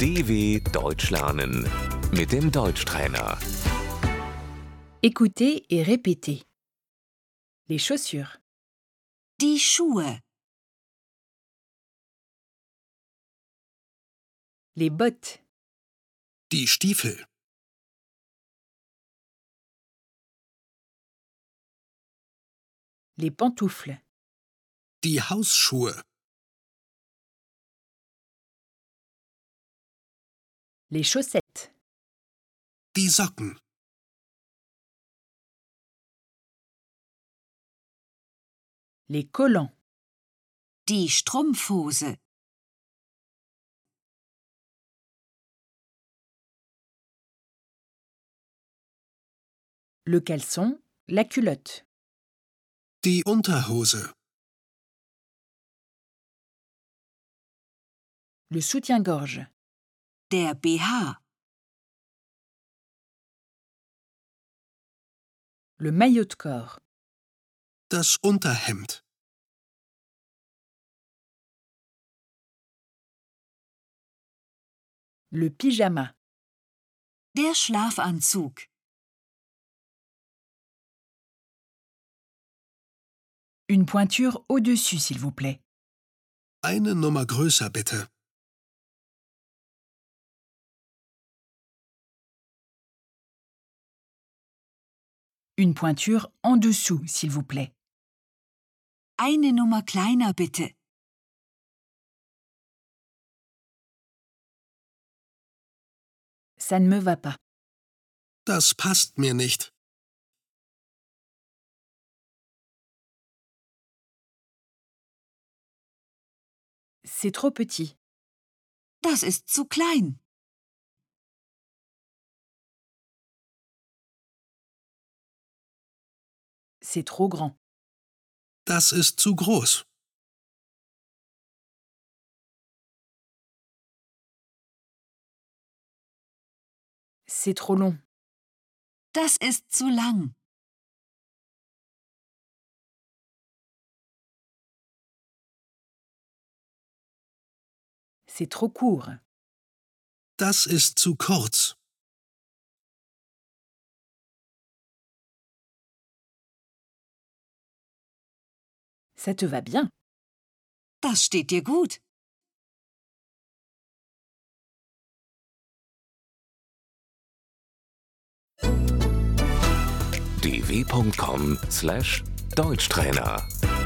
DW Deutsch lernen mit dem Deutschtrainer. Écoutez et répétez. Les chaussures, Die Schuhe, les bottes, Die Stiefel, les pantoufles, die Hausschuhe, les chaussettes, die Socken, les collants, die Strumpfhose, le caleçon, la culotte, die Unterhose, le soutien-gorge, der BH, le maillot de corps, das Unterhemd, le pyjama, der Schlafanzug, une pointure au-dessus s'il vous plaît, eine Nummer größer bitte, une pointure en dessous s'il vous plaît, eine Nummer kleiner bitte, ça ne me va pas, das passt mir nicht, c'est trop petit, das ist zu klein, c'est trop grand, das ist zu groß, c'est trop long, das ist zu lang, c'est trop court, das ist zu kurz, ça te va bien. das steht dir gut. dw.com/deutschtrainer